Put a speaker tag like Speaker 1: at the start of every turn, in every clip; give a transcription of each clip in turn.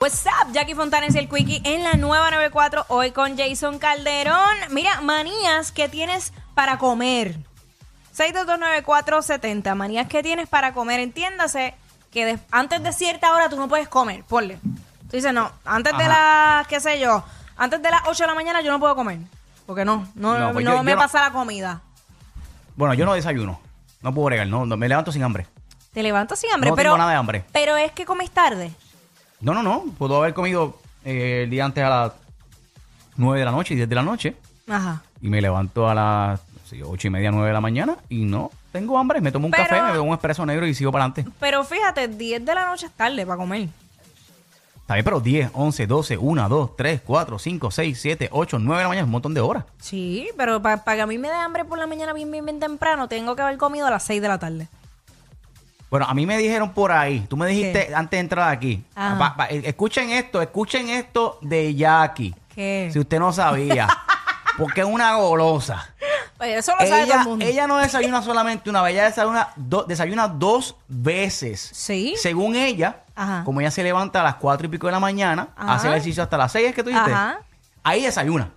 Speaker 1: What's up, Jackie Fontanes el Quickie en la nueva 94, hoy con Jason Calderón. Mira, manías que tienes para comer. 6229470, manías que tienes para comer. Entiéndase que de- antes de cierta hora tú no puedes comer, ponle. Tú dices, no, antes de las, qué sé yo, antes de las 8 de la mañana yo no puedo comer. Porque no, no,
Speaker 2: No, pues
Speaker 1: no
Speaker 2: yo-
Speaker 1: me
Speaker 2: yo no-
Speaker 1: pasa la comida.
Speaker 2: Bueno, yo no desayuno. No puedo bregar, no, no, me levanto sin hambre.
Speaker 1: Te levantas sin hambre,
Speaker 2: No
Speaker 1: pero.
Speaker 2: tengo nada de hambre.
Speaker 1: Pero es que comes tarde.
Speaker 2: No, no, no. Puedo haber comido eh, el día antes a las 9 de la noche y 10 de la noche.
Speaker 1: Ajá.
Speaker 2: Y me levanto a las 8 y media, 9 de la mañana y no tengo hambre. Me tomo un
Speaker 1: Pero-
Speaker 2: café, me bebo un espresso negro y sigo para adelante.
Speaker 1: Pero fíjate, 10 de la noche es tarde para comer.
Speaker 2: Está bien, pero 10, 11, 12, 1, 2, 3, 4, 5, 6, 7, 8, 9 de la mañana es un montón de horas.
Speaker 1: Sí, pero para que a mí me dé hambre por la mañana bien, bien, bien temprano, tengo que haber comido a las 6 de la tarde.
Speaker 2: Bueno, a mí me dijeron por ahí, tú me dijiste antes de entrar aquí,
Speaker 1: Ajá.
Speaker 2: pa- pa- escuchen esto, escuchen esto de Jackie.
Speaker 1: ¿Qué?
Speaker 2: Si usted no sabía, porque es una golosa.
Speaker 1: Pues eso lo sabe todo
Speaker 2: Ella,
Speaker 1: el mundo.
Speaker 2: ella no desayuna solamente una vez, ella desayuna, do- desayuna dos veces.
Speaker 1: Sí.
Speaker 2: Según ella,
Speaker 1: Ajá.
Speaker 2: como ella se levanta a las cuatro y pico de la mañana,
Speaker 1: Ajá.
Speaker 2: hace ejercicio hasta las seis, ¿es que tú dijiste?
Speaker 1: Ajá.
Speaker 2: Ahí desayuna.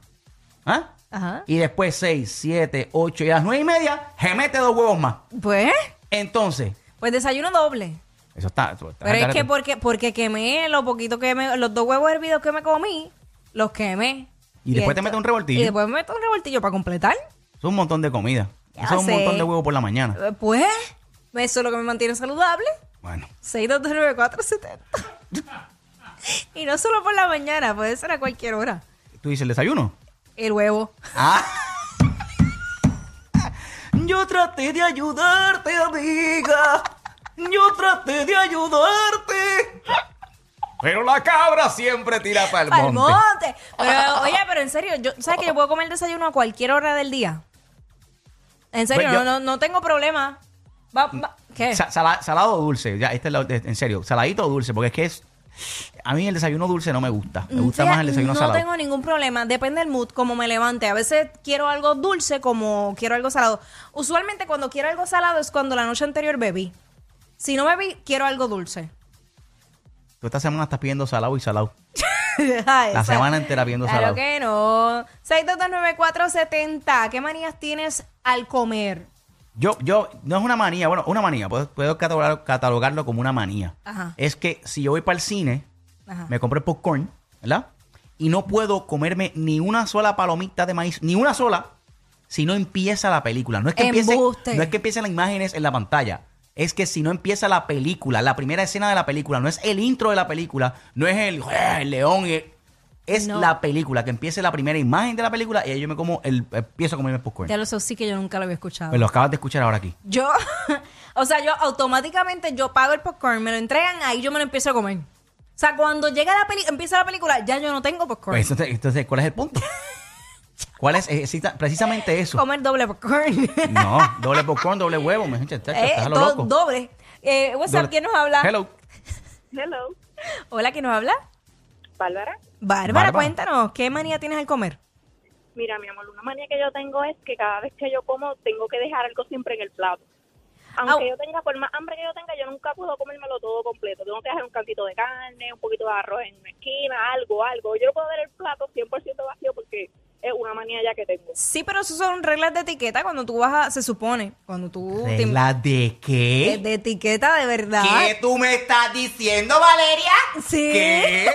Speaker 2: ¿Ah?
Speaker 1: Ajá.
Speaker 2: Y después seis, siete, ocho y a las nueve y media, gemete dos huevos más.
Speaker 1: Pues,
Speaker 2: Entonces,
Speaker 1: pues desayuno doble.
Speaker 2: eso está. eso está-
Speaker 1: Pero es que
Speaker 2: garete.
Speaker 1: porque, porque quemé lo poquito que me, los dos huevos hervidos que me comí, los quemé.
Speaker 2: Y después te
Speaker 1: ento-
Speaker 2: metes un revoltillo.
Speaker 1: Y después me meto un revoltillo para completar.
Speaker 2: Eso es un montón de comida.
Speaker 1: Ya
Speaker 2: Eso es un
Speaker 1: sé.
Speaker 2: montón de huevos por la mañana.
Speaker 1: Eh, Pues, eso es lo que me mantiene saludable.
Speaker 2: Bueno.
Speaker 1: 6229470. y no solo por la mañana, puede ser a cualquier hora.
Speaker 2: ¿Tú dices el desayuno?
Speaker 1: El huevo.
Speaker 2: Ah. Yo traté de ayudarte, amiga. Yo traté de ayudarte. Pero la cabra siempre tira para
Speaker 1: Al monte. Pero, oye, pero en serio, yo, ¿sabes que yo puedo comer desayuno a cualquier hora del día? En serio,
Speaker 2: Pues yo- Mm,
Speaker 1: no, no, no tengo problema. Va- va- ¿Qué?
Speaker 2: salado o dulce. Ya, esta es la- en serio, saladito o dulce, porque es que es. A mí el desayuno dulce no me gusta. Me gusta
Speaker 1: Fíjate,
Speaker 2: más el desayuno
Speaker 1: Mm, no
Speaker 2: salado.
Speaker 1: tengo ningún problema, depende del mood, como me levante. A veces quiero algo dulce como quiero algo salado. Usualmente cuando quiero algo salado es cuando la noche anterior bebí. Si no bebí, quiero algo dulce.
Speaker 2: Tú esta semana estás pidiendo salado y salado.
Speaker 1: Ay,
Speaker 2: La
Speaker 1: esa-
Speaker 2: semana entera pidiendo
Speaker 1: Claro
Speaker 2: salado.
Speaker 1: que no. 6229470. ¿Qué manías tienes al comer?
Speaker 2: Yo, yo, no es una manía, bueno, una manía, puedo, puedo catalogar- catalogarlo como una manía.
Speaker 1: Ajá.
Speaker 2: Es que si yo voy para el cine,
Speaker 1: Ajá.
Speaker 2: me compré popcorn, ¿verdad? Y no puedo comerme ni una sola palomita de maíz, ni una sola, si no empieza la película. No es que, empiece,
Speaker 1: Embuste.
Speaker 2: no es que empiecen las imágenes en la pantalla. Es que si no empieza la película, la primera escena de la película, no es el intro de la película, no es el, el león, el- es
Speaker 1: No.
Speaker 2: la película, que empiece la primera imagen de la película y ahí yo me como el, empiezo a comerme el popcorn.
Speaker 1: Ya lo sé, sí que yo nunca lo había escuchado.
Speaker 2: Me lo acabas de escuchar ahora aquí.
Speaker 1: Yo, o sea, yo automáticamente yo pago el popcorn, me lo entregan, ahí yo me lo empiezo a comer. O sea, cuando llega la peli empieza la película, ya yo no tengo popcorn.
Speaker 2: Pues entonces, entonces, ¿cuál es el punto? ¿Cuál es eh, cita- precisamente eso?
Speaker 1: Comer doble popcorn.
Speaker 2: No, doble popcorn, doble huevo, me gente, chacho,
Speaker 1: Eh,
Speaker 2: estás a lo
Speaker 1: do-
Speaker 2: loco.
Speaker 1: doble. Eh, WhatsApp,
Speaker 2: Doble-
Speaker 1: ¿quién nos habla?
Speaker 2: Hello.
Speaker 3: Hello,
Speaker 1: Hola, ¿quién nos habla?
Speaker 3: Bárbara.
Speaker 1: Bárbara,
Speaker 2: Bárbara.
Speaker 1: cuéntanos, ¿qué manía tienes al comer?
Speaker 3: Mira, mi amor, una manía que yo tengo es que cada vez que yo como tengo que dejar algo siempre en el plato. Aunque
Speaker 1: Au.
Speaker 3: yo tenga, por más hambre que yo tenga, yo nunca puedo comérmelo todo completo. Tengo que dejar un cantito de carne, un poquito de arroz en una esquina, algo, algo. Yo no puedo ver el plato 100% vacío porque es una manía ya que tengo.
Speaker 1: Sí, pero eso son reglas de etiqueta cuando tú vas a, se supone, cuando tú... te-
Speaker 2: ¿Regla de
Speaker 1: Eh,
Speaker 2: qué?
Speaker 1: De etiqueta de verdad.
Speaker 2: ¿Qué tú me estás diciendo, Valeria?
Speaker 1: Sí,
Speaker 2: ¿Qué?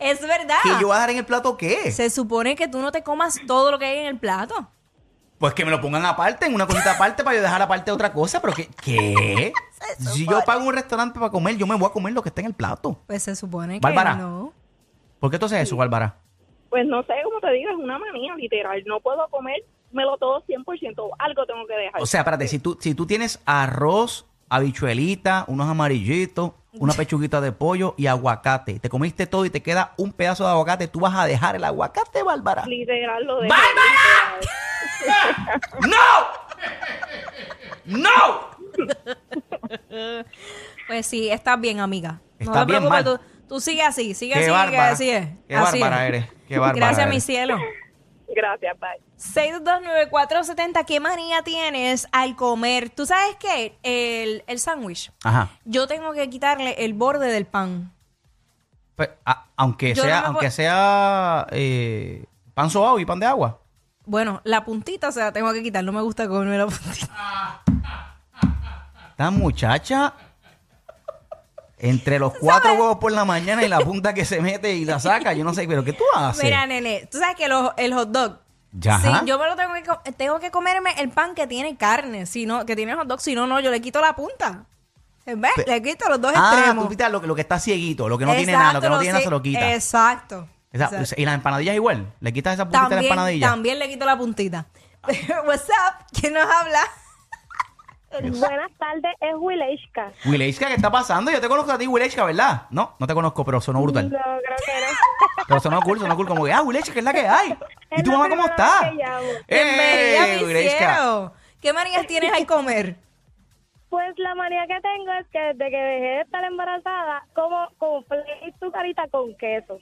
Speaker 1: es verdad.
Speaker 2: ¿Que yo voy a dejar en el plato qué?
Speaker 1: Se supone que tú no te comas todo lo que hay en el plato.
Speaker 2: Pues que me lo pongan aparte, en una cosita aparte, para yo dejar aparte otra cosa, pero ¿qué? ¿Qué? Si yo pago un restaurante para comer, yo me voy a comer lo que está en el plato.
Speaker 1: Pues se supone que
Speaker 2: Bárbara.
Speaker 1: no.
Speaker 2: ¿Por qué entonces eso, Bárbara?
Speaker 3: Pues no sé, como te digo, es una manía literal. No puedo comérmelo todo 100%, algo tengo que dejar.
Speaker 2: O sea, espérate, si tú, si tú tienes arroz, habichuelita, unos amarillitos, una pechuguita de pollo y aguacate. Te comiste todo y te queda un pedazo de aguacate. Tú vas a dejar el aguacate, Bárbara.
Speaker 3: Literal lo de.
Speaker 4: ¡Bárbara! ¡No! ¡No!
Speaker 1: Pues sí, estás bien, amiga.
Speaker 2: Está
Speaker 1: te
Speaker 2: bien
Speaker 1: preocupes,
Speaker 2: mal.
Speaker 1: Tú, tú sigue así, sigue
Speaker 2: Qué
Speaker 1: así, que
Speaker 2: bárbara.
Speaker 1: así es.
Speaker 2: Qué
Speaker 1: así es.
Speaker 2: bárbara eres, qué bárbara
Speaker 1: Gracias, mi
Speaker 2: eres.
Speaker 1: cielo.
Speaker 3: Gracias, bye.
Speaker 1: 6229470, ¿qué manía tienes al comer? ¿Tú sabes qué? El, el sándwich.
Speaker 2: Ajá.
Speaker 1: Yo tengo que quitarle el borde del pan.
Speaker 2: Pues, a- aunque
Speaker 1: Yo
Speaker 2: sea,
Speaker 1: no me
Speaker 2: aunque
Speaker 1: puedo-
Speaker 2: sea eh, pan sobao y pan de agua.
Speaker 1: Bueno, la puntita se la tengo que quitar. No me gusta comerme la puntita.
Speaker 2: Esta muchacha, entre los cuatro huevos por la mañana y la punta que se mete y la saca, yo no sé, pero ¿qué tú haces?
Speaker 1: Mira, nene, tú sabes que los- el hot dog.
Speaker 2: Ya,
Speaker 1: Sí,
Speaker 2: ajá.
Speaker 1: yo me lo tengo que, co- tengo que comerme el pan que tiene carne, si no, que tiene hot dog. Si no, no, yo le quito la punta. ¿Ves?
Speaker 2: Pe-
Speaker 1: le quito los dos
Speaker 2: ah,
Speaker 1: extremos.
Speaker 2: tú quitas lo, que- lo que está cieguito, lo que no tiene nada, lo que
Speaker 1: Exacto,
Speaker 2: no tiene nada se lo
Speaker 1: sí,
Speaker 2: quita.
Speaker 1: Exacto.
Speaker 2: Esa-
Speaker 1: Exacto.
Speaker 2: Y las empanadillas igual, le quitas esa puntita de la
Speaker 1: También,
Speaker 2: empanadilla. Ah.
Speaker 1: también le quito la puntita. What's up? ¿Quién nos habla?
Speaker 3: Eh, Buenas tardes, es Wileshka.
Speaker 2: Wilechka, ¿qué está pasando? Yo te conozco a ti, Wilechka, ¿verdad? No, no te conozco, pero sonó brutal.
Speaker 3: creo que eres.
Speaker 2: Pero sonó cool, sonó cool, como que, ah, Wilechka, ¿qué es la que hay? ¿Y
Speaker 3: Es
Speaker 2: tu
Speaker 3: la
Speaker 2: mamá cómo
Speaker 3: primera
Speaker 2: está?
Speaker 3: vez que llamo.
Speaker 1: Bienvenida,
Speaker 2: ¡Eh,
Speaker 1: mi
Speaker 2: Wilechka!
Speaker 1: cielo. ¿Qué manías tienes al comer?
Speaker 3: Pues la manía que tengo es que desde que dejé de estar embarazada, como completo tu carita con queso.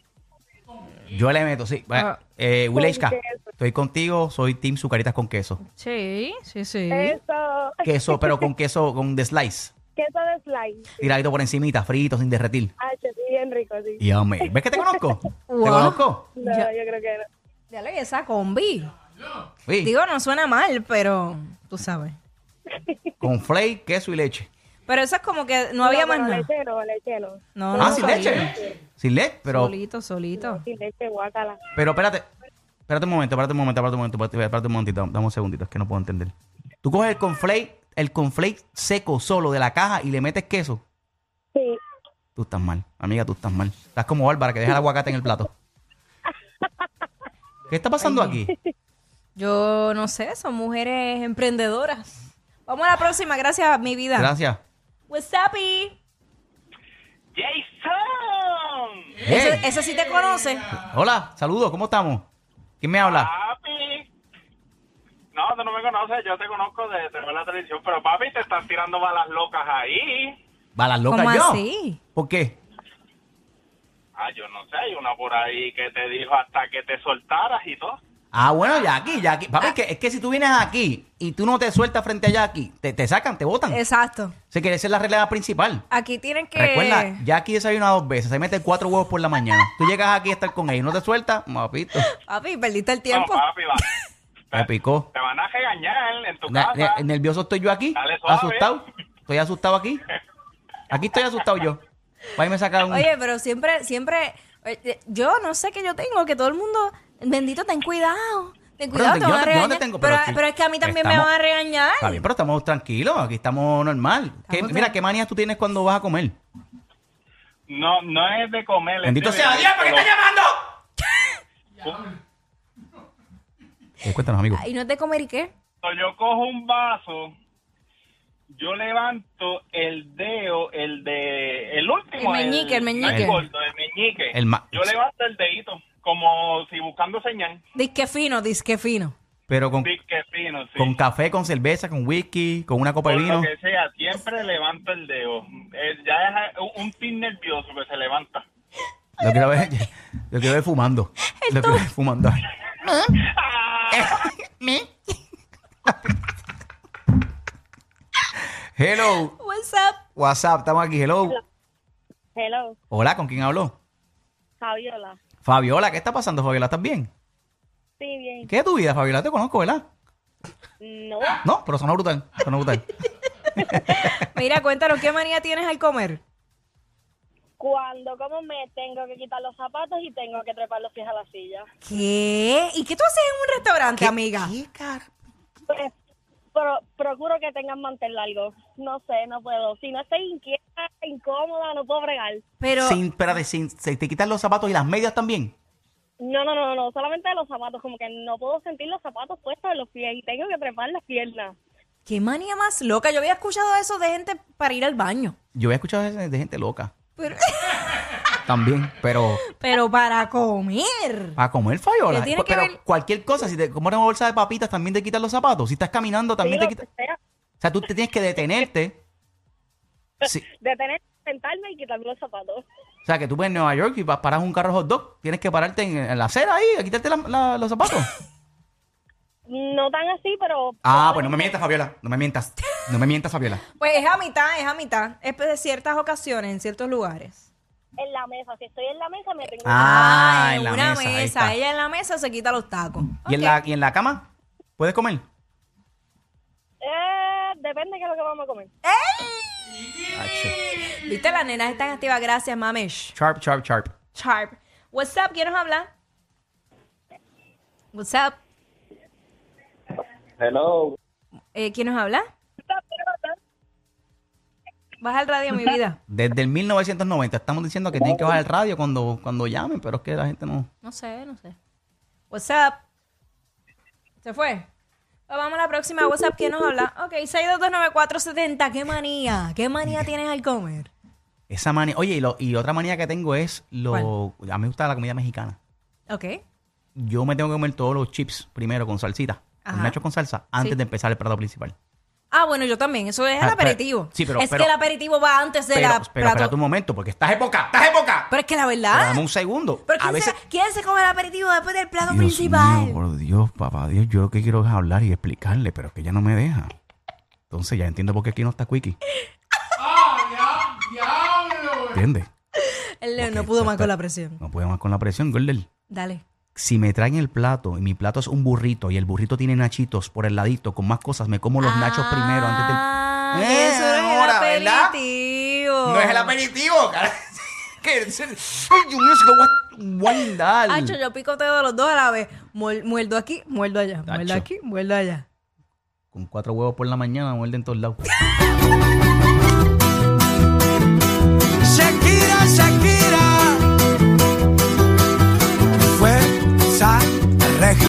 Speaker 2: Yo le meto, sí. Bueno,
Speaker 1: Ah.
Speaker 2: eh, Wilechka,
Speaker 3: Con queso.
Speaker 2: estoy contigo, soy Team Sucaritas con queso.
Speaker 1: Sí, sí, sí.
Speaker 3: Eso,
Speaker 2: Queso, pero con queso, con de slice.
Speaker 3: queso de slime.
Speaker 2: Tiradito por encimita, frito, sin derretir.
Speaker 3: Ah, sí, bien rico, sí.
Speaker 2: Y hombre, ¿ves que te conozco? ¿Te
Speaker 1: Wow.
Speaker 2: conozco?
Speaker 3: No,
Speaker 1: Ya.
Speaker 3: yo creo que no.
Speaker 1: Ya le esa combi.
Speaker 2: Sí,
Speaker 1: Digo, no suena mal, pero tú sabes.
Speaker 2: con flake, queso y leche.
Speaker 1: Pero eso es como que no había
Speaker 3: No,
Speaker 1: más
Speaker 3: pero
Speaker 1: nada.
Speaker 3: Leche no, leche no.
Speaker 1: No,
Speaker 2: Ah,
Speaker 1: no,
Speaker 2: sin
Speaker 1: solito.
Speaker 2: leche. Sin leche, pero...
Speaker 1: Solito, solito.
Speaker 3: Sin leche, guácala.
Speaker 2: Pero espérate, espérate un momento, espérate un momento, espérate un momento, espérate, espérate un momentito, dame un segundito, es que no puedo entender. Tú coges el conflate, el conflate seco solo de la caja y le metes queso.
Speaker 3: Sí.
Speaker 2: Tú estás mal, amiga, tú estás mal. Estás como Bárbara que deja el aguacate en el plato. ¿Qué está pasando aquí?
Speaker 1: Yo no sé, son mujeres emprendedoras. Vamos a la próxima, gracias, mi vida.
Speaker 2: Gracias.
Speaker 1: What's up, E? y?
Speaker 5: Jason.
Speaker 2: Hey,
Speaker 1: Ese, ese sí te conoce.
Speaker 2: Hola, saludos, ¿cómo estamos? ¿Quién me habla?
Speaker 5: Papi. No, tú no me conoces, yo te conozco de, de ver la televisión, pero papi, te estás tirando balas locas ahí.
Speaker 2: Balas locas
Speaker 1: ¿Cómo
Speaker 2: yo.
Speaker 1: así?
Speaker 2: ¿Por qué?
Speaker 5: Ah, yo no sé, hay una por ahí que te dijo hasta que te soltaras y todo.
Speaker 2: Ah, bueno, Jackie, Jackie.
Speaker 1: Ah.
Speaker 2: Papi, es que, es que si tú vienes aquí y tú no te sueltas frente a Jackie, te, te sacan, te botan.
Speaker 1: Exacto.
Speaker 2: Se quiere ser la regla principal.
Speaker 1: Aquí tienen que.
Speaker 2: Recuerda, Jackie desayuna dos veces, se mete cuatro huevos por la mañana. Tú llegas aquí a estar con ella y no te sueltas, mapito.
Speaker 1: Papi, perdiste el
Speaker 5: No,
Speaker 1: tiempo.
Speaker 5: papi, va.
Speaker 2: Me picó.
Speaker 5: Te van a regañar en tu
Speaker 2: Ne-
Speaker 5: casa.
Speaker 2: ne- nervioso estoy yo aquí,
Speaker 5: Dale suave.
Speaker 2: asustado. Estoy asustado aquí. Aquí estoy asustado yo. Va y me saca un...
Speaker 1: Oye, pero siempre, siempre. oye, Yo no sé qué yo tengo, que todo el mundo. Bendito, ten cuidado. Ten
Speaker 2: Bueno,
Speaker 1: cuidado, te
Speaker 2: yo
Speaker 1: van a
Speaker 2: no- yo no te
Speaker 1: regañar.
Speaker 2: tengo,
Speaker 1: pero,
Speaker 2: pero sí.
Speaker 1: pero es que a mí también
Speaker 2: Estamos-
Speaker 1: me van a regañar.
Speaker 2: Está bien, pero estamos tranquilos, aquí estamos normal. ¿Qué-
Speaker 1: Estamos
Speaker 2: mira,
Speaker 1: tran-
Speaker 2: ¿qué manías tú tienes cuando vas a comer?
Speaker 5: No, no es de comer. es
Speaker 2: Bendito
Speaker 5: de-
Speaker 2: sea Dios, ¿por qué estás llamando?
Speaker 5: Cuando-
Speaker 2: Eh, cuéntanos, amigo.
Speaker 1: ¿Y no es de comer y qué?
Speaker 5: Cuando yo cojo un vaso, yo levanto el dedo, el de, el último.
Speaker 1: El meñique, el meñique.
Speaker 5: no el gordo, el meñique.
Speaker 2: El ma-
Speaker 5: yo levanto el dedito, como si buscando señal.
Speaker 1: Disque fino, disque fino.
Speaker 2: Pero con,
Speaker 5: Disque fino, sí.
Speaker 2: con café, con cerveza, con whisky, con una copa de
Speaker 5: Por
Speaker 2: vino.
Speaker 5: lo que sea, siempre levanto el dedo. Eh, ya es un, un tin nervioso que se levanta.
Speaker 2: Lo quiero ver, lo quiero ver fumando. Lo quiero ver fumando.
Speaker 1: ¿Mm?
Speaker 2: Hello,
Speaker 1: What's up?
Speaker 2: WhatsApp, estamos aquí. Hello.
Speaker 3: Hello,
Speaker 2: Hola, ¿con quién habló?
Speaker 3: Javiola.
Speaker 2: Fabiola, ¿qué está pasando, Fabiola? ¿Estás bien?
Speaker 3: Sí, bien.
Speaker 2: ¿Qué es tu vida, Fabiola? Te conozco, ¿verdad?
Speaker 3: No,
Speaker 2: No, pero sonó brutal. Sonó brutal.
Speaker 1: Mira, cuéntanos, ¿qué manía tienes al comer?
Speaker 3: cuando como me tengo que quitar los zapatos y tengo que trepar los pies a la silla.
Speaker 1: ¿Qué? ¿Y qué tú haces en un restaurante, amiga?
Speaker 3: Pues, pero procuro que tengan mantel largo. No sé, no puedo. Si no estoy inquieta, incómoda, no puedo bregar.
Speaker 1: Pero,
Speaker 2: Sin, espérate, sin, se te quitan los zapatos y las medias también.
Speaker 3: No, no, no, no, solamente de los zapatos, como que no puedo sentir los zapatos puestos en los pies y tengo que trepar las piernas.
Speaker 1: Qué manía más loca. Yo había escuchado eso de gente para ir al baño.
Speaker 2: Yo he escuchado de, de gente loca
Speaker 1: Pero,
Speaker 2: también, pero
Speaker 1: pero para comer.
Speaker 2: para comer fallola.
Speaker 1: Que tiene
Speaker 2: Cu-
Speaker 1: que
Speaker 2: Pero
Speaker 1: ver-
Speaker 2: cualquier cosa, si te comes una bolsa de papitas, también te quitan los zapatos. Si estás caminando, también te
Speaker 3: Digo,
Speaker 2: quitan.
Speaker 3: o sea,
Speaker 2: O sea, tú te tienes que detenerte. Sí.
Speaker 3: detener, sentarme y quitarme los zapatos.
Speaker 2: O sea, que tú ves en Nueva York y vas- paras un carro hot dog, tienes que pararte en, en la acera ahí a quitarte la- la- los zapatos.
Speaker 3: No tan así, pero...
Speaker 2: Ah, pues no me mientas, Fabiola. No me mientas. No me mientas, Fabiola.
Speaker 1: Pues es a mitad, es a mitad. Es de ciertas ocasiones, en ciertos lugares.
Speaker 3: En la mesa, si estoy en la mesa me tengo...
Speaker 2: Ah,
Speaker 1: Ay,
Speaker 2: en la
Speaker 1: una
Speaker 2: mesa, ahí está.
Speaker 1: Ella en la mesa se quita los tacos.
Speaker 2: ¿Y, en
Speaker 1: Ok.
Speaker 2: la, ¿Y en la cama? ¿Puedes comer?
Speaker 3: Eh, depende de qué es lo que vamos a comer.
Speaker 2: Acho.
Speaker 1: ¿Viste? Las nenas están activas. Gracias, mamesh.
Speaker 2: Sharp, sharp, sharp.
Speaker 1: Sharp. What's up? ¿Quién nos habla? What's up?
Speaker 6: Hello.
Speaker 1: Eh, ¿Quién nos habla? Baja el radio, mi vida.
Speaker 2: Desde el 1990 estamos diciendo que tienen que bajar el radio cuando, cuando llamen, pero es que la gente no.
Speaker 1: No sé, no sé. What's up? ¿Se fue? Pues vamos a la próxima. What's up? ¿Quién nos habla? Ok, 6229470. ¿Qué manía? ¿Qué manía tienes al comer?
Speaker 2: Esa manía. Oye, y, lo- y otra manía que tengo es lo. A mí me gusta la comida mexicana.
Speaker 1: Ok.
Speaker 2: Yo me tengo que comer todos los chips primero con salsita,
Speaker 1: Ajá.
Speaker 2: con nachos con salsa, antes
Speaker 1: Sí.
Speaker 2: de empezar el plato principal.
Speaker 1: Ah, bueno, yo también. Eso es el
Speaker 2: Ah, pero-
Speaker 1: aperitivo.
Speaker 2: sí, pero-
Speaker 1: es
Speaker 2: pero-
Speaker 1: que el aperitivo va antes de
Speaker 2: Pero,
Speaker 1: la
Speaker 2: pero espérate
Speaker 1: plato.
Speaker 2: un momento, porque estás época, estás época.
Speaker 1: Pero es que la
Speaker 2: Pero
Speaker 1: verdad.
Speaker 2: dame un segundo.
Speaker 1: ¿Pero
Speaker 2: A
Speaker 1: quién,
Speaker 2: veces.
Speaker 1: se, quién se come el aperitivo después del plato
Speaker 2: Dios
Speaker 1: principal?
Speaker 2: mío, por Dios, papá Dios, yo lo que quiero es hablar y explicarle, pero es que ella no me deja. Entonces ya entiendo por qué aquí no está Quickie. ¿Entiendes?
Speaker 1: Él
Speaker 2: Ok,
Speaker 1: no pudo
Speaker 2: ya
Speaker 1: más
Speaker 2: está.
Speaker 1: con la presión.
Speaker 2: No puedo más con la presión, Golder.
Speaker 1: Dale.
Speaker 2: Si me traen el plato y mi plato es un burrito y el burrito tiene nachitos por el ladito con más cosas, me como los nachos primero antes de...
Speaker 1: Ah,
Speaker 2: Eh,
Speaker 1: eso no
Speaker 2: ahora,
Speaker 1: es el
Speaker 2: ¿verdad?
Speaker 1: aperitivo.
Speaker 2: aperitivo, cara. Que- Ay, Dios mío, se lo voy a- voy a guindar.
Speaker 1: Hacho, yo picoteo los dos a la vez. Muer- muerdo aquí, muerdo allá. Muerdo
Speaker 2: Hacho.
Speaker 1: aquí, muerdo allá.
Speaker 2: Con cuatro huevos por la mañana, muerden en todos lados.